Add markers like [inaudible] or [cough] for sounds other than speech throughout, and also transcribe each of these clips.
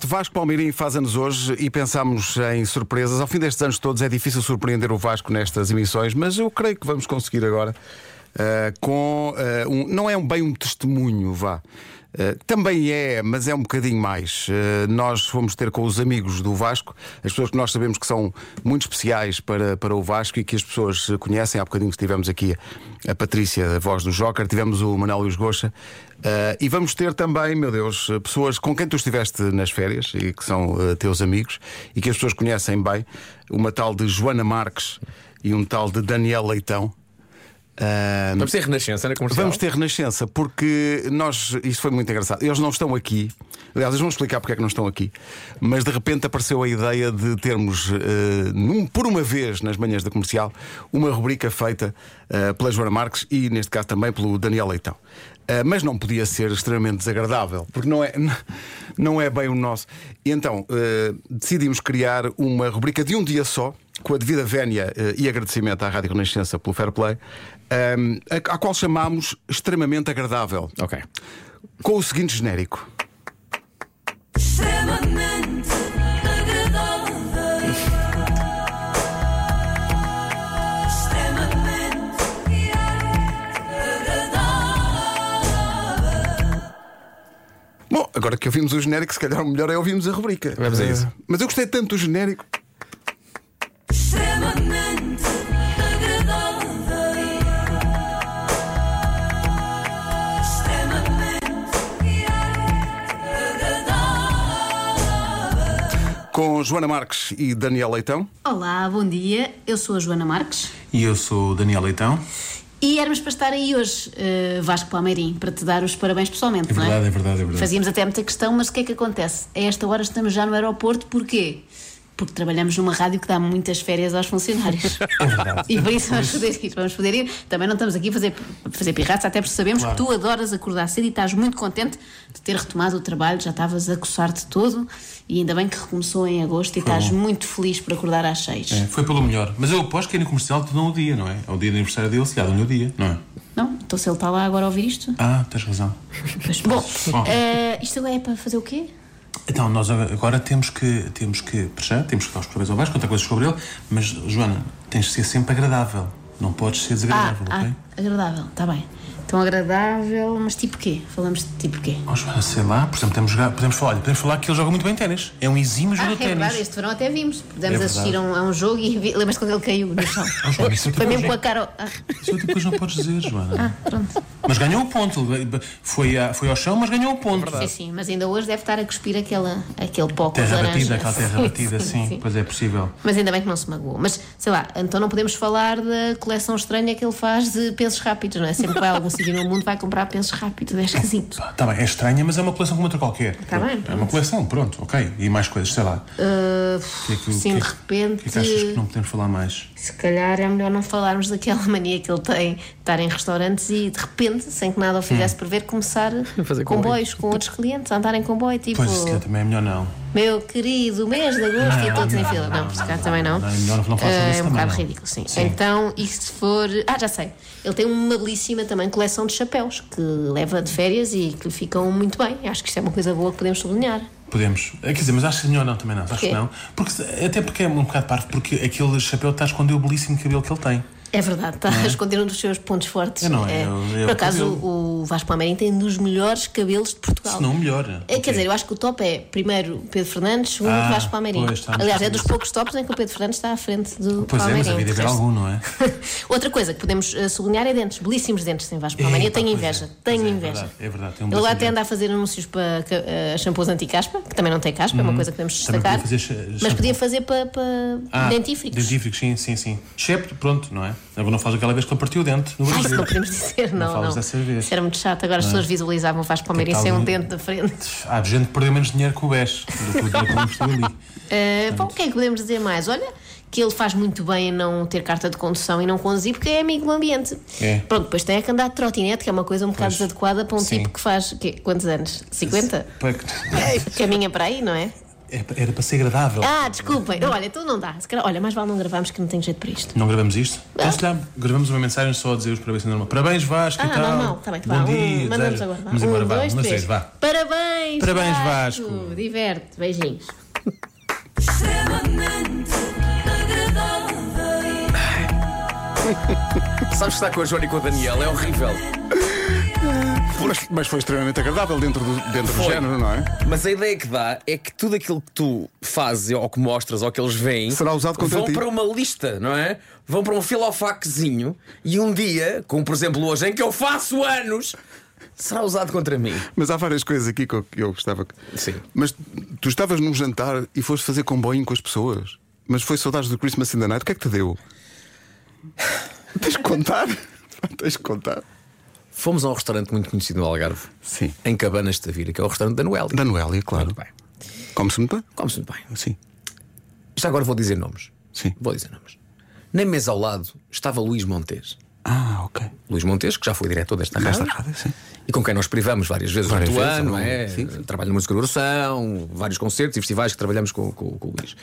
Vasco Palmeirim faz anos hoje e pensámos em surpresas. Ao fim destes anos todos é difícil surpreender o Vasco nestas emissões, mas eu creio que vamos conseguir agora. ah, com ah, um- não é um bem um testemunho, vá. Ah, também é, mas é um bocadinho mais. Ah, nós fomos ter com os amigos do Vasco, as pessoas que nós sabemos que são muito especiais para, para o Vasco e que as pessoas conhecem. Há bocadinho estivemos aqui a Patrícia, a voz do Joker, tivemos o Manuel Luís Goxa. Ah, e vamos ter também, meu Deus, pessoas com quem tu estiveste nas férias e que são ah, teus amigos e que as pessoas conhecem bem, uma tal de Joana Marques e um tal de Daniel Leitão. Ah, Vamos ter renascença é na conversa. Vamos ter Renascença, porque nós. Isto foi muito engraçado. Eles não estão aqui. Aliás, eles vão explicar porque é que não estão aqui. Mas de repente apareceu a ideia de termos, eh, num- por uma vez nas manhãs da comercial, uma rubrica feita eh, pela Joana Marques e, neste caso, também pelo Daniel Leitão. Eh, mas não podia ser extremamente desagradável, porque não é, [laughs] não é bem o nosso. E então eh, decidimos criar uma rubrica de um dia só, com a devida vénia eh, e agradecimento à Rádio Renascença pelo Fair Play, ehm, a, a qual chamámos extremamente agradável, Ok. com o seguinte genérico. extremamente agradável, extremamente agradável. Bom, agora que ouvimos o genérico, se calhar o melhor é ouvirmos a rubrica. Vamos a Eh, isso. mas eu gostei tanto do genérico. Extremamente agradável. Extremamente agradável. Com Joana Marques e Daniel Leitão. Olá, bom dia. Eu sou a Joana Marques E eu sou o Daniel Leitão. e éramos para estar aí hoje, eh, Vasco Palmeirim, para te dar os parabéns pessoalmente, É não é? verdade, é verdade, é verdade. Fazíamos até muita questão, mas o que é que acontece? A esta hora estamos já no aeroporto, porquê? Porque trabalhamos numa rádio que dá muitas férias aos [laughs] funcionários. É e por isso vamos poder ir. Vamos poder ir. Também não estamos aqui a fazer, fazer pirraças, até porque sabemos que tu adoras acordar cedo e estás muito contente de ter retomado o trabalho, já estavas a coçar-te todo e ainda bem que recomeçou em agosto e estás muito feliz por acordar às seis. É, foi pelo melhor. Mas eu aposto que é no comercial te dão o dia, não é? É o dia do aniversário dele, se lhe dão o dia, não é? Não? Então se ele está lá agora a ouvir [laughs] isto? Ah, tens razão. Bom, Bom. eh, isto agora é para fazer o quê? Então, nós agora temos que, temos que, para já, temos que dar os parabéns ao Vasco, contar coisas sobre ele, mas, Joana, tens de ser sempre agradável. Não podes ser desagradável, ah, ok? ah, agradável, está bem. Então agradável, mas tipo quê? Falamos de tipo quê? Oh, Joana, sei lá, por exemplo, temos, jogar- podemos, falar, olha, podemos falar que ele joga muito bem ténis. É um exímio Ah, jogador é de ténis. verdade, este verão até vimos. Pudemos É assistir a um, a um jogo e vi- lembras quando ele caiu no [laughs] chão? João, isso é Foi mesmo Ah. com tipo a um cara. ao- Ah, Isso é o tipo de coisa que não podes dizer, Joana. pronto. Mas ganhou o ponto. ele- Foi, a- foi ao chão, mas ganhou o ponto. Sim, sim, mas ainda hoje deve estar a cuspir aquela, aquele pó com Terra laranja. batida, aquela terra [laughs] Sim, batida, sim, Pois é possível. Mas ainda bem que não se magoou. Mas sei lá, então não podemos falar da coleção estranha que ele faz de pensos rápidos, não é? Sempre que vai a algum [laughs] sítio no mundo vai comprar pensos rápidos, é esquisito. Está bem, é estranha, mas é uma coleção como outra qualquer. Tá bem, É pronto. uma coleção, pronto, ok. E mais coisas, sei lá. Uh, O que é que- sim, de o que é que- repente. O que é que achas que não podemos falar mais? Se calhar é melhor não falarmos daquela [laughs] mania que ele tem de estar em restaurantes e de repente, sem que nada o Hum. fizesse prever, [laughs] começar Fazer comboios com outros clientes, a andar em comboio, tipo, Pois, se calhar também é melhor não. meu querido mês de agosto e todos em fila. Não, não, se calhar não, também não. não, melhor não falar sobre Ah, isso é um também, bocado não. ridículo, sim. Sim. Então, e se for. Ah, já sei. Ele tem uma belíssima também coleção de chapéus que leva de férias e que lhe ficam muito bem. Acho que isto é uma coisa boa que podemos sublinhar. Podemos. Eh, Quer dizer, mas acho que melhor não também não. Acho Porquê? que não. Porque, se- até porque é um bocado parvo, porque aquele chapéu está a esconder o belíssimo cabelo que ele tem. É verdade, está a esconder um dos seus pontos fortes. É. Eu não, eu- eu Por acaso, cabelo. o Vasco Palmeirim tem um dos melhores cabelos de Portugal. Se não, melhor. É, Quer dizer, eu acho que o top é primeiro Pedro Fernandes, segundo Ah, Vasco Palmeirim. pois, está muito Aliás, é bem. dos poucos tops em que o Pedro Fernandes está à frente do Pois é, Palmeirim. mas havia de de haver resto. algum, não é? [laughs] Outra coisa que podemos eh, sublinhar é dentes, belíssimos dentes tem Vasco Palmeirim. Eu Epa, tenho pois inveja, é. tenho Pois é, é inveja. verdade, é verdade, tem um Ele agora belíssimo até anda a fazer anúncios para ca- eh, shampoos anti-caspa, que também não tem caspa, é uma coisa que podemos Uhum. Também destacar. podia fazer sh- mas shampoo. podia fazer para para Ah, dentífricos. Dentífricos, sim, sim, sim. Excepto, pronto, não é? Agora não faz aquela vez que ele partiu o dente no Ai, isso não Brasil. podemos dizer, Não não, não. falas dessa vez. é? Isso era muito chato. Agora as pessoas visualizavam o Vasco Palmeirim Que tal sem um o- dente da frente. Há gente que perdeu menos dinheiro que o BES do que o dinheiro que ele investiu ali. Eh, bom, o que é que podemos dizer mais? Olha, que ele faz muito bem em não ter carta de condução e não conduzir porque é amigo do ambiente. É. Pronto, depois tem é que andar de trotinete, que é uma coisa um bocado Pois. desadequada para um Sim. tipo que faz quê? quantos anos? 50? Para que- Caminha para aí, não é? É- Era para ser agradável. Ah, desculpem. Olha, então não dá. Se calhar- olha, mais vale não gravamos que não tenho jeito para isto. Não gravamos isto? Ah. Posso lhe gravamos uma mensagem só a dizer os parabéns é normal. Parabéns, Vasco Ah, e tal. normal, está bem. Então, Bom vá, dia. um, mandamos desejo. agora. Vá. Vamos embora, um, vá. dois, um, dois, três. três, vá. Parabéns, Parabéns, Vasco. Diverte, beijinhos. extremamente agradável. Sabes que está com a Joana e com o Daniel, é horrível. Mas, mas foi extremamente agradável dentro do, dentro do Foi. género, não é? Mas a ideia que dá é que tudo aquilo que tu fazes ou que mostras ou que eles veem Será usado contra vão ti. para uma lista, não é? Vão para um filofaquezinho e um dia, como por exemplo hoje, em que eu faço anos, será usado contra mim. Mas há várias coisas aqui que eu, que eu gostava. que- Sim. Mas tu estavas num jantar e foste fazer comboio com as pessoas. Mas foi saudades do Christmas in the Night. O que é que te [laughs] deu? Tens de contar? Tens de contar? Fomos a um restaurante muito conhecido no Algarve, Sim. em Cabanas de Tavira, que é o restaurante da Noélia. Da Noélia, claro. Muito bem. Come-se muito bem? Come-se muito bem. Sim. Já agora vou dizer nomes. Sim. Vou dizer nomes. Na mesa ao lado estava Luís Montes. Ah, ok. Luís Montes, que já foi diretor desta Desta rádio. rádio, sim. E com quem nós privamos várias vezes Várias durante o vezes, ano, ao não longo- é? sim, sim. Trabalho na música do Oração, vários concertos e festivais que trabalhamos com, com- com o Luís.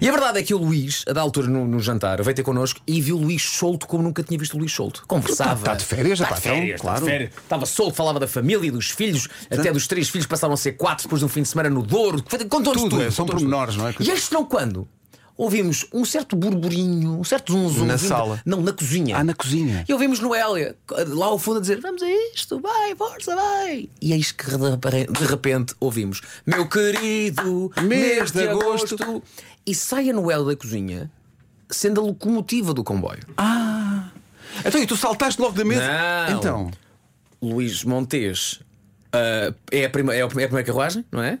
E a verdade é que o Luís, a da altura no, no jantar, veio ter connosco e viu o Luís solto como nunca tinha visto o Luís solto. Conversava. Está de férias, já Está de pá, então, férias, claro. está de férias. Estava solto, falava da família, dos filhos, até dos três filhos passaram a ser quatro depois de um fim de semana no Douro. Contou-nos Tudo, tudo. é, são contou-nos pormenores, não é? E este não quando? Ouvimos um certo burburinho, um certo zunzum. Na vindo- sala. Não, na cozinha. Ah, na cozinha. E ouvimos Noélia lá ao fundo a dizer: Vamos a isto, vai, força, vai. E eis que de repare- de repente ouvimos: Meu querido, mês de agosto. E sai a Noélia da cozinha sendo a locomotiva do comboio. Então, e tu saltaste logo da mesa? Não. Então. Luís Montes ah, é, a prima, é a primeira é a primeira carruagem, não é?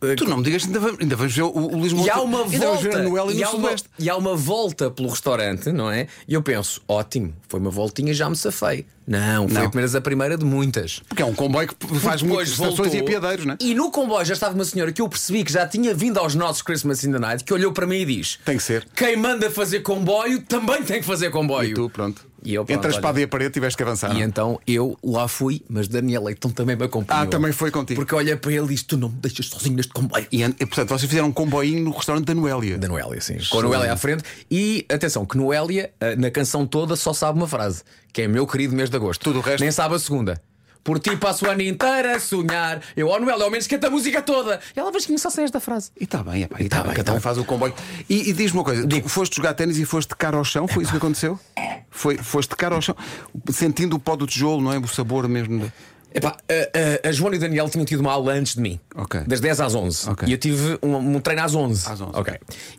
Ah, Tu não me digas, ainda vamos, ainda vamos ver o, o Luís E Monte- há uma Ainda vamos ver volta. a Noélia e, no há uma, Sudoeste. e há uma volta pelo restaurante, não é? E eu penso, ótimo, foi uma voltinha, já me safei. Não, foi Não. apenas a primeira de muitas. Porque é um comboio que faz Depois muitas estações e voltou, apiadeiros, não é? E no comboio já estava uma senhora que eu percebi que já tinha vindo aos nossos Christmas in the Night, que olhou para mim e diz: Tem que ser. Quem manda fazer comboio também tem que fazer comboio. E tu, pronto. E eu, pronto, Entre a olha. espada e a parede tiveste que avançar. E não é? então eu lá fui, mas Daniel Leitão também me acompanhou. Ah, também foi contigo. Porque olha para ele e disse: Tu não me deixas sozinho neste comboio. E, an- e, portanto, vocês fizeram um comboinho no restaurante da Noélia. Da Noélia, sim. Com a Noélia à frente. E atenção, que Noélia, eh, na canção toda, só sabe uma frase: que é meu querido mês de agosto. Tudo o resto- Nem sabe a segunda. Por ti passo o ano inteiro a sonhar. Eu, ó Noélia, ao menos canta a música toda. E ela vez que só sem esta frase. E está bem, é pá, e está tá bem, bem, cada um tá bem. faz o comboio. E, e diz-me uma coisa: tu foste jogar ténis e foste de cara ao chão? Foi isso que aconteceu? Foi, foste de cara ao chão, sentindo o pó do tijolo, não é? O sabor mesmo. de- Epá, a, a- a Joana e o Daniel tinham tido uma aula antes de mim, Ok. das 10 às 11. Ok. E eu tive um, um treino às 11. Às 11, Ok.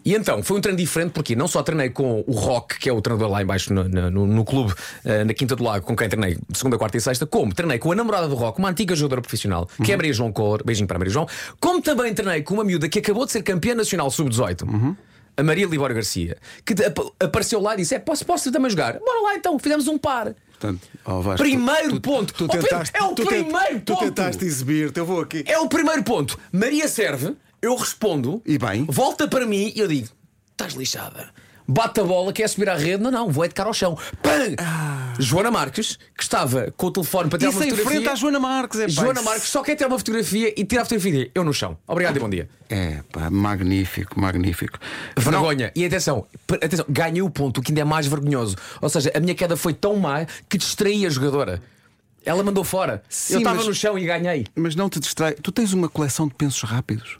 E então foi um treino diferente porque não só treinei com o Rock, que é o treinador lá embaixo no, no- no- no clube, eh, na Quinta do Lago, com quem treinei de segunda, quarta e sexta, como treinei com a namorada do Rock, uma antiga jogadora profissional, que Uhum. é a Maria João Cor, beijinho para a Maria João, como também treinei com uma miúda que acabou de ser campeã nacional sub-18. Uhum. A Maria Libório Garcia, que ap- apareceu lá e disse: é, posso, posso também jogar? Bora lá então, fizemos um par. Portanto, ó, Vasco, Primeiro tu- tu- ponto. Tu Ó, Pedro, tentaste, é o tu tent- primeiro Tu ponto. tentaste exibir-te, eu vou aqui. É o primeiro ponto. Maria serve, eu respondo. E bem? Volta para mim e eu digo: estás lixada. Bate a bola, quer subir à rede? Não, não, vou é de cara ao chão. Pam! Joana Marques, que estava com o telefone para ter Ah. Isso uma em fotografia. frente à Joana Marques, é pá, Joana isso- Marques só quer ter uma fotografia e tirar a fotografia e dizer, eu no chão. Obrigado e bom dia. É, pá, magnífico, magnífico. Vergonha. E atenção, per- atenção, ganhei o ponto, o que ainda é mais vergonhoso. Ou seja, a minha queda foi tão má que distraí a jogadora. Ela mandou fora. Sim, eu estava mas- no chão e ganhei. Mas não te distrai. Tu tens uma coleção de pensos rápidos.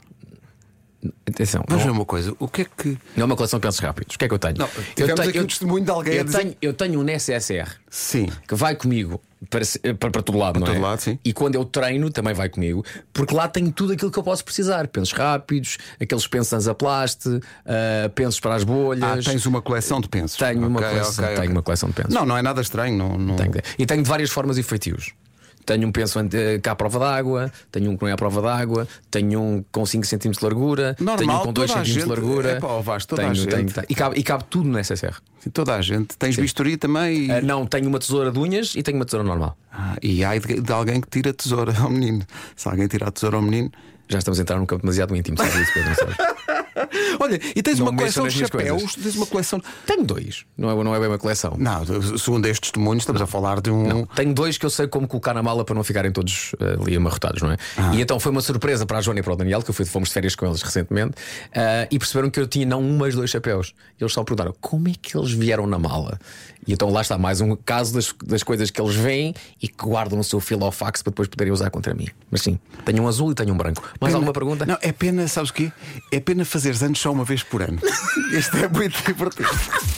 Atenção. Vamos não- ver uma coisa. O que é que. Não é uma coleção de pensos rápidos. O que é que eu tenho? Não, tivemos aqui o testemunho de alguém eu, a dizer- tenho, eu tenho um SSR Sim. que vai comigo para, se- para, para todo lado, não todo é? lado, sim. E quando eu treino também vai comigo, porque lá tenho tudo aquilo que eu posso precisar: pensos rápidos, aqueles pensos anzaplaste, ah, pensos para as Ah, bolhas. tens uma coleção de pensos. Tenho uma Ok, coleção, ok, tenho ok. uma coleção de pensos. Não, não é nada estranho. Não, não... Tenho- E tenho de várias formas e feitios. Tenho um penso ante- que há prova d'água, tenho um que não é à prova d'água, tenho um com 5 cm de largura, Normal, tenho um com 2 toda cm a de gente- largura. Epá, ó Vasco, toda a tenho, gente. tenho- tenho- e, cabe, e cabe tudo no SSR. Sim, Toda a gente. Tens bisturi também e, Ah, não, tenho uma tesoura de unhas e tenho uma tesoura normal. Ah, e há de, de alguém que tira tesoura ao menino. Se alguém tirar tesoura ao menino. [laughs] Já estamos a entrar num campo demasiado íntimo, sabes isso, Pedro? não sabes? Olha, e tens Não uma coleção mexam nas de minhas chapéus, coisas. tens uma coleção. Tenho dois. Não é, não é bem uma coleção. Não, segundo estes testemunhos, estamos a falar de um. Tenho dois que eu sei como colocar na mala para não ficarem todos eh, ali amarrotados, não é? E então foi uma surpresa para a Joana e para o Daniel, que eu fui, fomos de férias com eles recentemente, ah, e perceberam que eu tinha não um, mas dois chapéus. E eles só perguntaram como é que eles vieram na mala. E então lá está mais um caso das, das coisas que eles veem e que guardam o seu filofax para depois poderem usar contra mim. Mas sim, tenho um azul e tenho um branco. Mais Pena- alguma pergunta? Não, é [laughs] pena, sabes o quê? É pena fazeres anos só uma vez por ano. Isto é muito divertido.